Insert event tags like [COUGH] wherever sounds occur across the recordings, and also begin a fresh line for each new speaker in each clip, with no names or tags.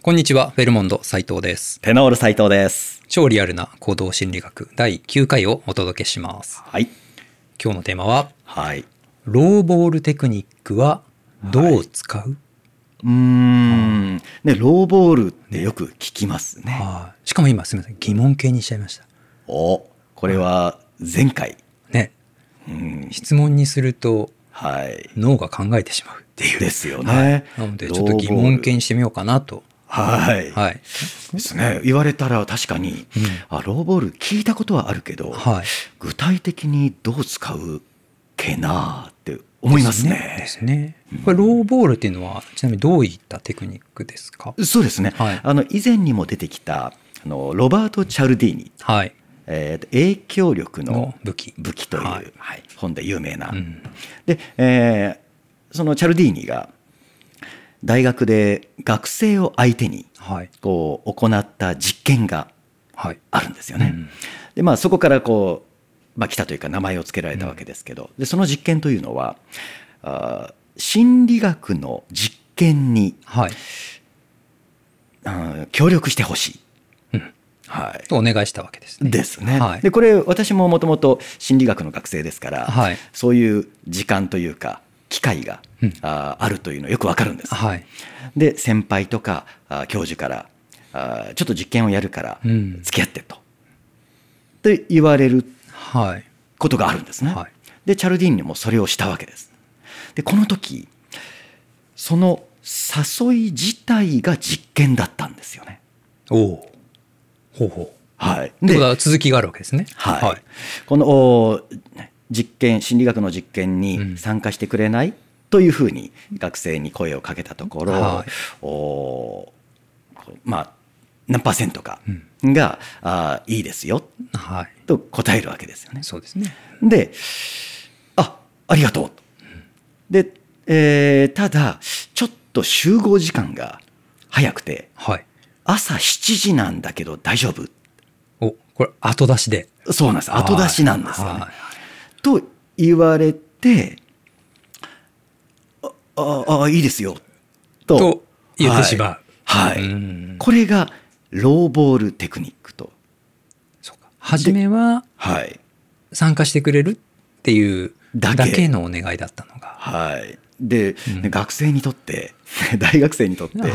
こんにちは、フェルモンド斉藤です。
テノール斉藤です。
超リアルな行動心理学第9回をお届けします。
はい。
今日のテーマは、
はい。
ローボールテクニックはどう使う、
うーん。ね、ローボールってよく聞きますね。
はいしかも今、すみません、疑問形にしちゃいました。
お、これは前回。
ね、
うん。
質問にすると
はい。
脳が考えてしまうっていう。
ですよね。
なので、ちょっと疑問形
ローボール
にしてみようかなと。
はい。
はい。
ですね。言われたら確かに、
う
あ、ローボール聞いたことはあるけど、
はい。
具体的にどう使うけなーって思います
で
ね。
すね。これ、ローボールっていうのは、ちなみにどういったテクニックですか
そうですね。
はい
あの、以前にも出てきた、あの、ロバート・チャルディーニ、
はい。
えーと影響力の
の武器。
武器という、
はい
はい本で有名な、
うん。
で、えーそのチャルディーニが大学で学生を相手に
はい。
こう行った実験が
はい。
あるんですよね。
うん
でまあそこからこう、まあ、来たというか名前を付けられたわけですけど、でその実験というのはあー心理学の実験に
はい。
あー協力してほしい。
うん
はい、
とお願いしたわけですね。
ですね。
はい
でこれ私ももともと心理学の学生ですから、
はい
そういう時間というか機会が、
うん
あーあるというのよくわかるんです。
はい。
で先輩とかあー教授からあーちょっと実験をやるから
うん
付き合ってと、って言われる
はい。
ことがあるんですね。
はい
でチャルディーニもそれをしたわけです。でこの時その誘い自体が実験だったんですよね。
おお。ほうほ
はい、
う。って
で
ことは続きがあるわけですね。
はいこのお実験心理学の実験
うん
に参加してくれない、というふうに学生に声をかけたところ、
は
おまあ何パーセントか
うん
が、あいいですよ
はい。
と答えるわけですよね。
そうですね。
であありがとうと。で、えーただちょっと集合時間が早くて
はい。
朝7時なんだけど大丈夫
お、これ後出しで。
そうなんです後出しなんですよね。
はい
と言われて「あああいいですよ」と
と言ってしまう。
はい、はい
うん
これがローボールテクニックと、
そうか。初めは
はい
参加してくれるっていうだ
だけ
けのお願いだったのが。
はい、で、
うん
学生にとって [LAUGHS] 大学生にとって、
はい。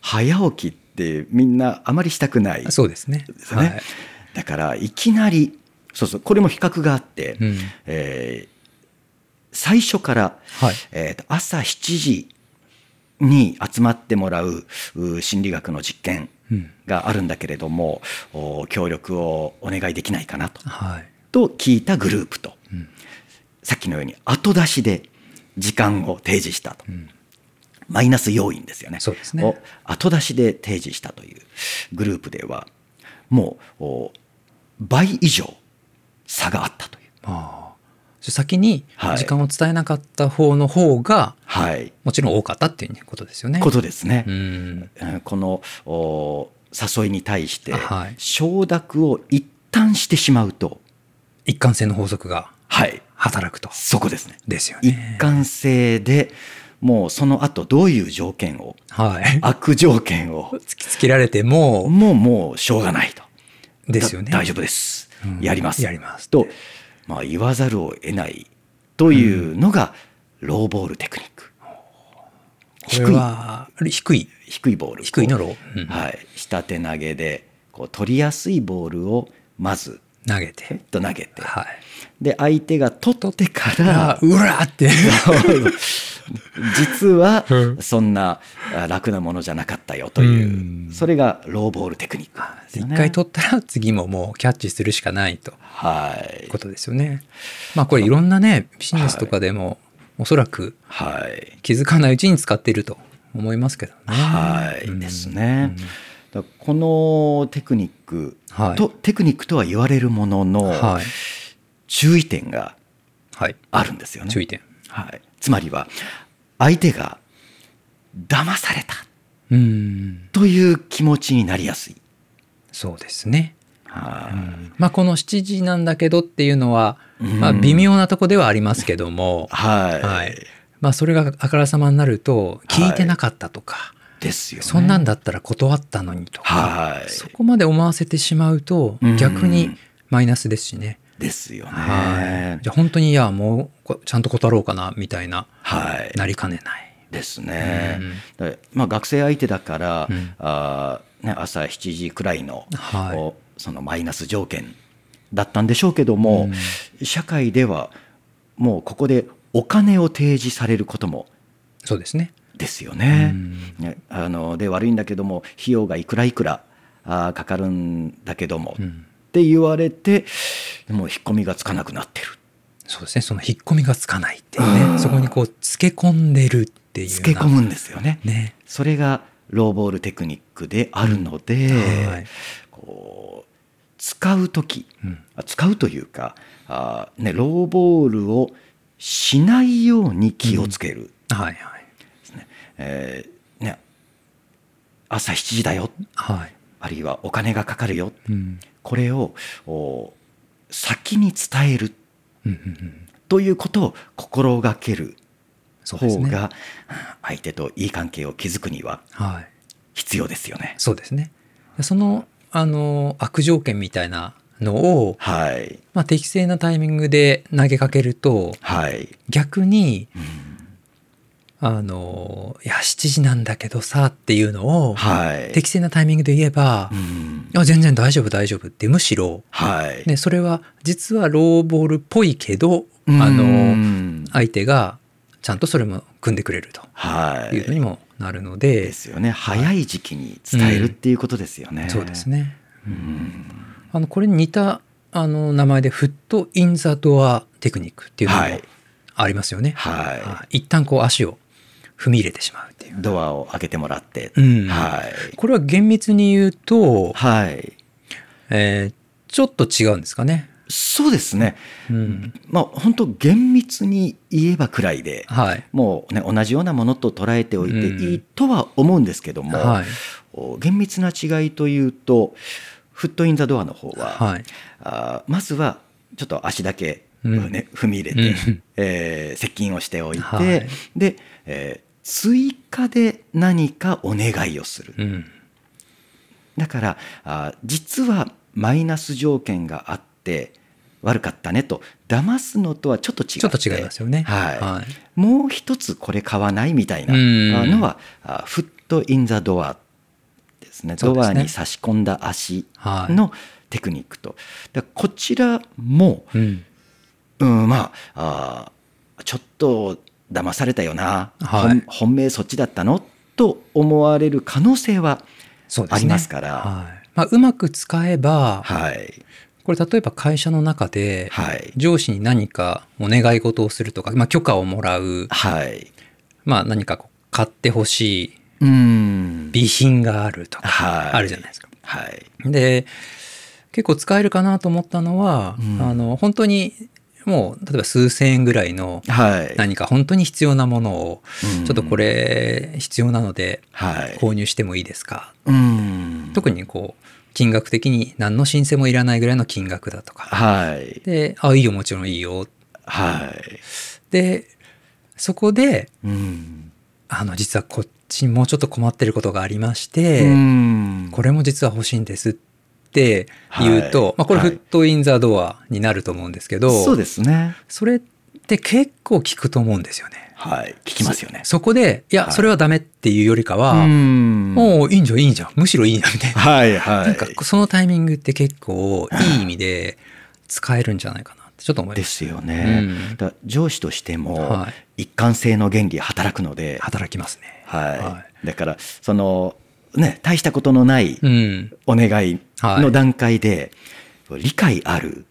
早起きってみんなあまりしたくない
そうですね。
ですよね、
はい
だからいきなりそうそうこれも比較があって、
うん。
えー最初から
はい。
えーと朝7時に集まってもらうう心理学の実験
うん。
があるんだけれどもお協力をお願いできないかなと
はい。
と聞いたグループと
うん。
さっきのように後出しで時間を提示したと
うん。
マイナス要因ですよね
そうですね
を後出しで提示したというグループではもうお倍以上差があったという
ああ。じゃあ先に
はい
時間を伝えなかった方の方が、
はい
もちろん多かったっていうねことですよね。
ことですね。
うん。
うんこのお誘いに対して
はい
承諾を一旦してしまうと、
一貫性の法則が
はい、
働くと。
そこですね。
ですよ
一
ね。
貫性でもうその後どういう条件を
はい。
悪条件を
突きつけられても、
もうもうしょうがないと。
ですよね。
だ大丈夫です
うん。
やります。
やります
と、まあ、言わざるを得ないというのが、ローボールテクニック。
これは、低い。
低いボール。
低いのロー。うん
はい、下手投げでこう取りやすいボールをまず
投げ
ペッ
て。
と投げて
はい。
で相手が取ってか
あ
ら
うらー
[LAUGHS]
って。
実は
うん
そんなあ楽なものじゃなかったよといううんそれがローボールテクニックなんですよ
一
ね
回取ったら次ももうキャッチするしかないと
はい
ことですよね。まあこれいろんなね、ビジネスとかでも、おそらく
はい
気づかないうちに使っていると思いますけどね。
はい、
うん
ですね、だからこのテクニック
はい
と、テクニックとは言われるものの
はい。
注意点が
はい。
あるんですよね
注意点。
はい、つまりは相手が騙された
うん。
という気持ちになりやすい。
そうですね。
は
まあこの7時なんだけどっていうのは、
うん
まあ微妙なとこではありますけども
い、、はい
はい。まあそれがあからさまになると、聞いてなかったとか、
ですよね。
そんなんだったら断ったのにとか、
はい
そこまで思わせてしまうと
うん
逆にマイナスですしね。
ですよ
は
ね
い。じ。ゃあ本当にいやもうこちゃんと断ろうかなみたいな
はい。
なりかねない。
ですね
うん。
だからまあ、学生相手だから、
うん
あーね、朝7時くらいの、
はい
こうそのマイナス条件だったんでしょうけども、社会ではもうここでお金を提示されることも
そうですね。
ですよね。
う
ねあので悪いんだけども費用がいくらいくらあーかかるんだけども、
う
っ
ん、
て言われてもう引っ込みがつかなくなってる。
そうですね。その引っ込みがつかないっていうね、
うん
そこにこうつけ込んでるっていうような
つけ込むんですよね。
ね。
それがローボールテクニックであるので、
はい
こう使う時
うん
あ使うというかあー、ね、ローボールをしないように気をつける、
はいはい
えーね、朝7時だよ
はい。
あるいはお金がかかるよ
うん
これをお先に伝える
うんうんうん、
ということを心がける
そう
方
ですね。
が、相手といい関係を築くには
はい。
必要ですよね。
そうですね。でその、あの、悪条件みたいなのを、
はい、
まあ、適正なタイミングで投げかけると、
はい、
逆に、
うん
あの、いや、7時なんだけどさ、っていうのを、
はい。
適正なタイミングで言えば
う、ん
あ全然大丈夫大丈夫って、むしろ、
はい。
ね、それは実はローボールっぽいけど、あ
う
の、
ん
相手がちゃんとそれも組んでくれると
はい。
いうのにもなるの
で
で、
すよね。早い時期に伝えるっていうことですよね。
そうです
ね。
ね。あのこれに似たあの名前でフット・イン・ザ・ドア・テクニックっていうのも
はい
ありますよね。
は
一旦こう足を踏み入れてしまうってい
い。
う。
ドアを開けてもらって。
うん
はい。
これは厳密に言うと、
はい。
えーちょっと違うんですかね。
そうですね。
うん、
まあ、本当厳密に言えばくらいで、
はい。
もうね、同じようなものと捉えておいて
うん
いいとは思うんですけども、
はい。
お厳密な違いというと、フットインザドアの方は、
はい。
あーまずはちょっと足だけ、
うん
ね踏み入れて、
うん
えー接近をしておいて、
はい
で、えー追加で何かお願いをする、
うん。
だからあー実はマイナス条件があって悪かったねと騙すのとはちょっと違って
ちょっと違いますよね。
はい
はい。
もう一つこれ買わないみたいなあ
うん
ーのはあーフット・イン・ザ・ドアですね
そうで
ド
す
ア
ね
に差し込んだ足
はい
のテクニックと、だからこちらも、
うん。
うん、まああーちょっと騙されたよな、
はい
本本命そっちだったのと思われる可能性は
そうですね。
ありますから。
はい。まあ、うまく使えば、
はい、
これ例えば会社の中で、
はい、
上司に何かお願い事をするとか、まあ、許可をもらう、
はい、
まあ、何かこう買ってほしい
うん、
備品があるとか
はい
あるじゃないですか。
はい、
で結構使えるかなと思ったのは、
うん
あの本当にもう例えば数千円ぐらいの
はい、
何か本当に必要なものを、
うん
ちょっとこ、れ必要なので
はい、
購入してもいいですか、
うん、
特にこう金額的に何の申請もいらないぐらいの金額だとか。
はい、
で、あ、いいよ、もちろんいいよ。
はい、
で、そこで、
うん、
あの、実はこっちにもうちょっと困ってることがありまして、
うん
これも実は欲しいんですって言うと、
はい
まあこれ
は
フ
い
ットインザドアになると思うんですけど、
そうですね、
それって結構効くと思うんですよね。
はい、聞きますよね。
そそこで、いや、
はい
それはダメっていうよりかは、
うん
もういいんじゃん、いいんじゃん、むしろいいじゃんみたいな。
はい、はい、
なんかそのタイミングって結構いい意味で使えるんじゃないかなってちょっと思い
で
ます。
すよね、
うん
だ上司としても、
は
一貫性の原理働くので、
働きますね。
はい
は
だからその、ね、大したことのない
うん。
お願い
はい
の段階で、理解ある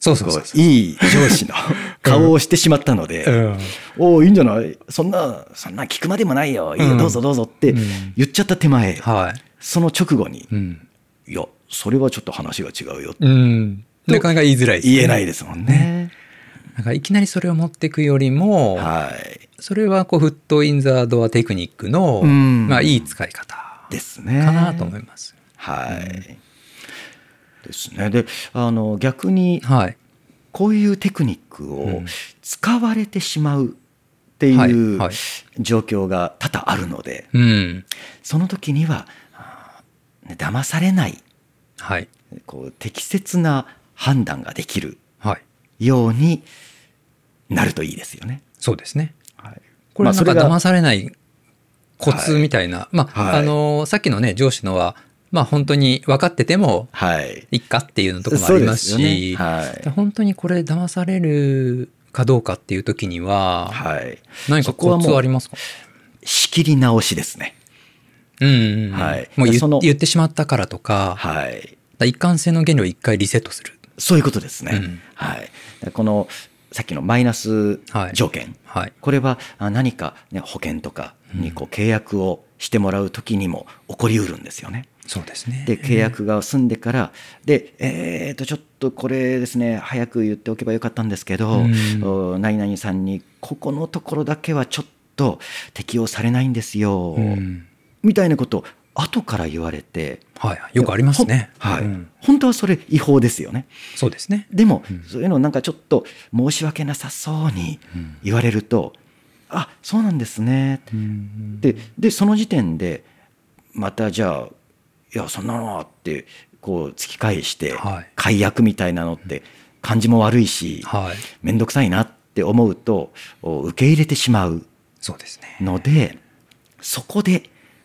そう
こ
そううそうそう。
いい上司の顔をしてしまったので、
うん
おおいいんじゃないそんなそんな聞くまでもないよいいよ、
うん
どうぞどうぞって
うん
言っちゃった手前、
はい。
その直後に、
うん。
いやそれはちょっと話が違うよ、
うん。なかなか言いづらいですね
言えないですもんね。
なんかいきなりそれを持っていくよりも、
はい、
それはこうフットインザドアテクニックの、
うん
まあいい使い方か
ですね。
なと思います。
はい。ですね。で、あの逆に
はい。
こういうテクニック
う
を
ん
使われてしまうっていう
はいはい
状況が多々あるので
うん。
その時にはあーね騙されない
はい。
こう適切な判断ができる
はい。
ようになるといいですよね。
そうですね。
はい、
これはなんか
が
騙されないコツみたいな。まあ、
はい
あのーさっきのね、上司のは、まあ本当に分かってても、
はい、
いっかっていうのとこもあります
そうです
し、
よねはい
本当にこれ騙されるかどうかっていう時には、
はい、
何か
そこ
コ
はもう
ツはありますか
仕切り直しですね。
うんうんうん、
はい
もう
そ
言
の
言ってしまったからとか,、
はい、
一貫性の原理を一回リセットする。
そういうことですね。
うん
はい、このさっきのマイナス
はい
条件、
はい。
これはあ何か、ね、保険とかにこう契約をしてもらう時にも起こりうるんですよね。
そうですね。
で契約が済んでから、で、えー、とちょっとこれですね早く言っておけばよかったんですけど、
うん
お何々さんにここのところだけはちょっと適用されないんですよ、
うん
みたいなことを後から言われて
はい。よくありますね。
ほんはい
うん
本当はそれ違法ですよね
そうですね。
でも、
うん
そういうのをなんかちょっと申し訳なさそうに言われると、あそうなんですね
うん
ででその時点でまたじゃあいやそんなのはってこう突き返して、
はい
解約みたいなのって感じも悪いし
はい。
面倒くさいなって思うとお受け入れてしまう
そうですね。
のでそこで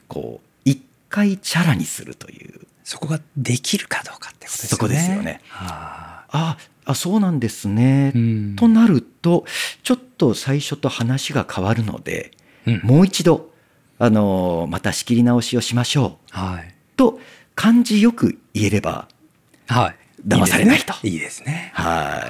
こう一回チャラにするという
そこができるかどうかってことですよね。
そこですよね
は
ああそうなんですね、
い。うん
となるとちょっと最初と話が変わるので
うん
もう一度あのまた仕切り直しをしましょう
はい。
と感じよく言えれば
はい。
騙されないと
いいですね。
は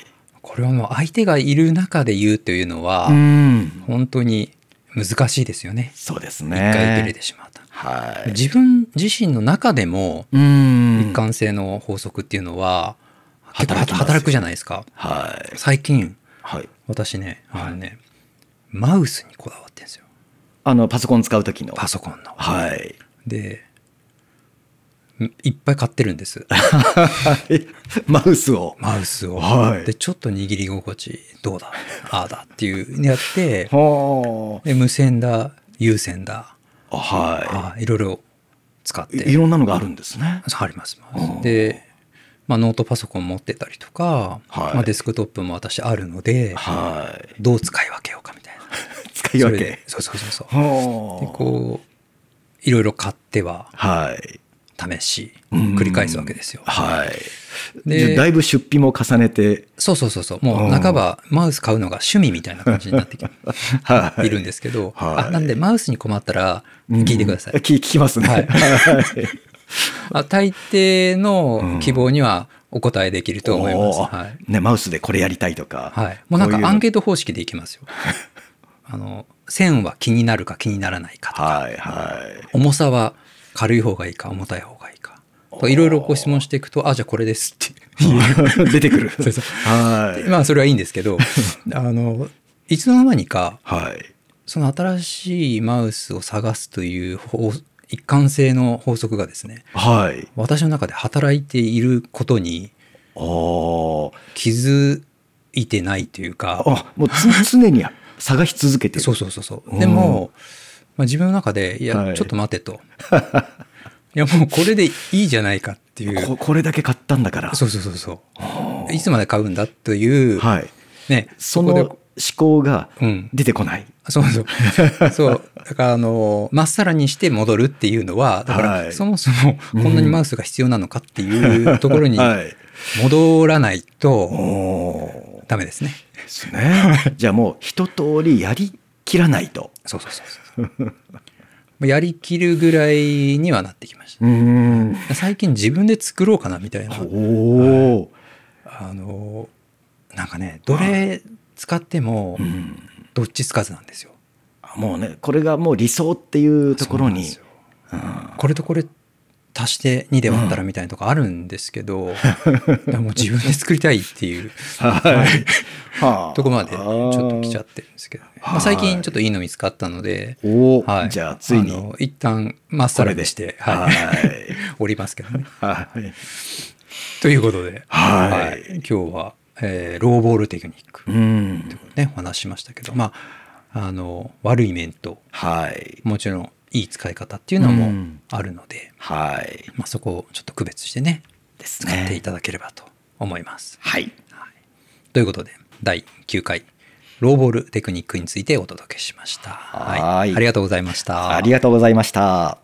い
これはもう相手がいる中で言うというのは、
うん
本当に難しいですよね。
そうです
一回受け入れ
ね
てしまうと。
はい
自分自身の中でも
うん
一貫性の法則っていうのは結構
働きますよ
働くじゃないですか。
はい
最近
はい
私ねあのね、マウスにこだわってんですよ
あのパソコン使う時の
パソコンの。
はい [LAUGHS]
でんいっぱい買ってるん
[LAUGHS]
です
はいマウスを
マウスを。
はい
でちょっと握り心地どうだああだっていうやって
は
で無線だ有線だ
あは
あいろいろ使っ
い
て
いいろんなのがあるんですね
あります
おー
で、まあ、ノートパソコン持ってたりとか、
はい
まあ、デスクトップも私あるので
はい
どう使い分けようかみた
[LAUGHS]
いな
使い分
それ
け
でそうそうそうそうで
は
こういろいろ買っては
あはい
試し
うん
繰り返すわけですよ
はい。
で
じゃあだいぶ出費も重ね
[LAUGHS]
て、
そうそうそうそうもう半ばマウス買うのが趣味みたいな感じになってきて
[LAUGHS] はい
いるんですけど、
はい
あなんでマウスに困ったら聞いてください、
うん聞聞きますね。
は
はいい。
あ大抵の希望にはお答えできると思います、
おー
はい
ね、マウスでこれやりたいとか。
はい、もうなん
こ
か
いの
アンケート方式でいき
[LAUGHS]
ますよ。あの線は気になるか気にならないかとか
はいはい。
重さは軽い方がいいか重たい方がいいかとかいろいろご質問していくと「あじゃあこれです」って言える
[LAUGHS] 出てくる。
[LAUGHS] そうそ
はい。
まあそれはいいんですけ
[LAUGHS]
どあのいつの間にか
はい。
その新しいマウスを探すという方一貫性の法則がですね
はい。
私の中で働いていることに
おー
気づいてないというか
あ、も
[LAUGHS]
うつ常に探し続けてる。
そうそうそうそう。でも、まあ、自分の中で、いや、
はい
ちょっと待てと。いや、もうこれでいいじゃないかって
[LAUGHS]
いう。
ここれだけ買ったんだから。
そうそうそうそう。いつまで買うんだという、
はい。
ね、
そ
こ
の
で
思考が
うん。
出てこない。
そう
[LAUGHS]
そう。そう。だから、あの、まっさらにして戻るっていうのは、だから、
はい
そもそもこんなにマウスが必要なのかっていうところに
[LAUGHS] はい。
戻らないと
おー
ダメですね。
です
[LAUGHS]
ね。じゃあもう一通りやりきらないと。
そうそうそうそう。
[LAUGHS]
もうやりきるぐらいにはなってきました。
うん。
最近自分で作ろうかなみたいな
おお。
あのなんかねどれ使っても
うん
どっちつかずなんですよ。
もうね、これがもう理想っていうところに。
そうなんですよこれとこれ足して2で割ったらみたいなとかあるんですけど、だからもう自分で作りたいって
[LAUGHS]
いう
はい。は
とこまでちょっと来ちゃってるんですけどね、まあ、最近ちょっといいの見つかったので、
て。おお、
はい、
じゃあついに。
あ
は。
の一旦まっさらでしてはい [LAUGHS] い、おりますけどね。
はい。
ということで、
はい
今日は、えーローボールテクニック
うん。
ね、お話ししましたけど、まあ、あの悪い面と
はい
もちろんいい使い方っていうのも
うん
あるので、
はい
まあ、そこをちょっと区別してね
です
使ってい
ね
ただければと思います。
はい
ということで第9回ローボールテクニックについてお届けしました。
はーい
ありがとうございました。
ありがとうございました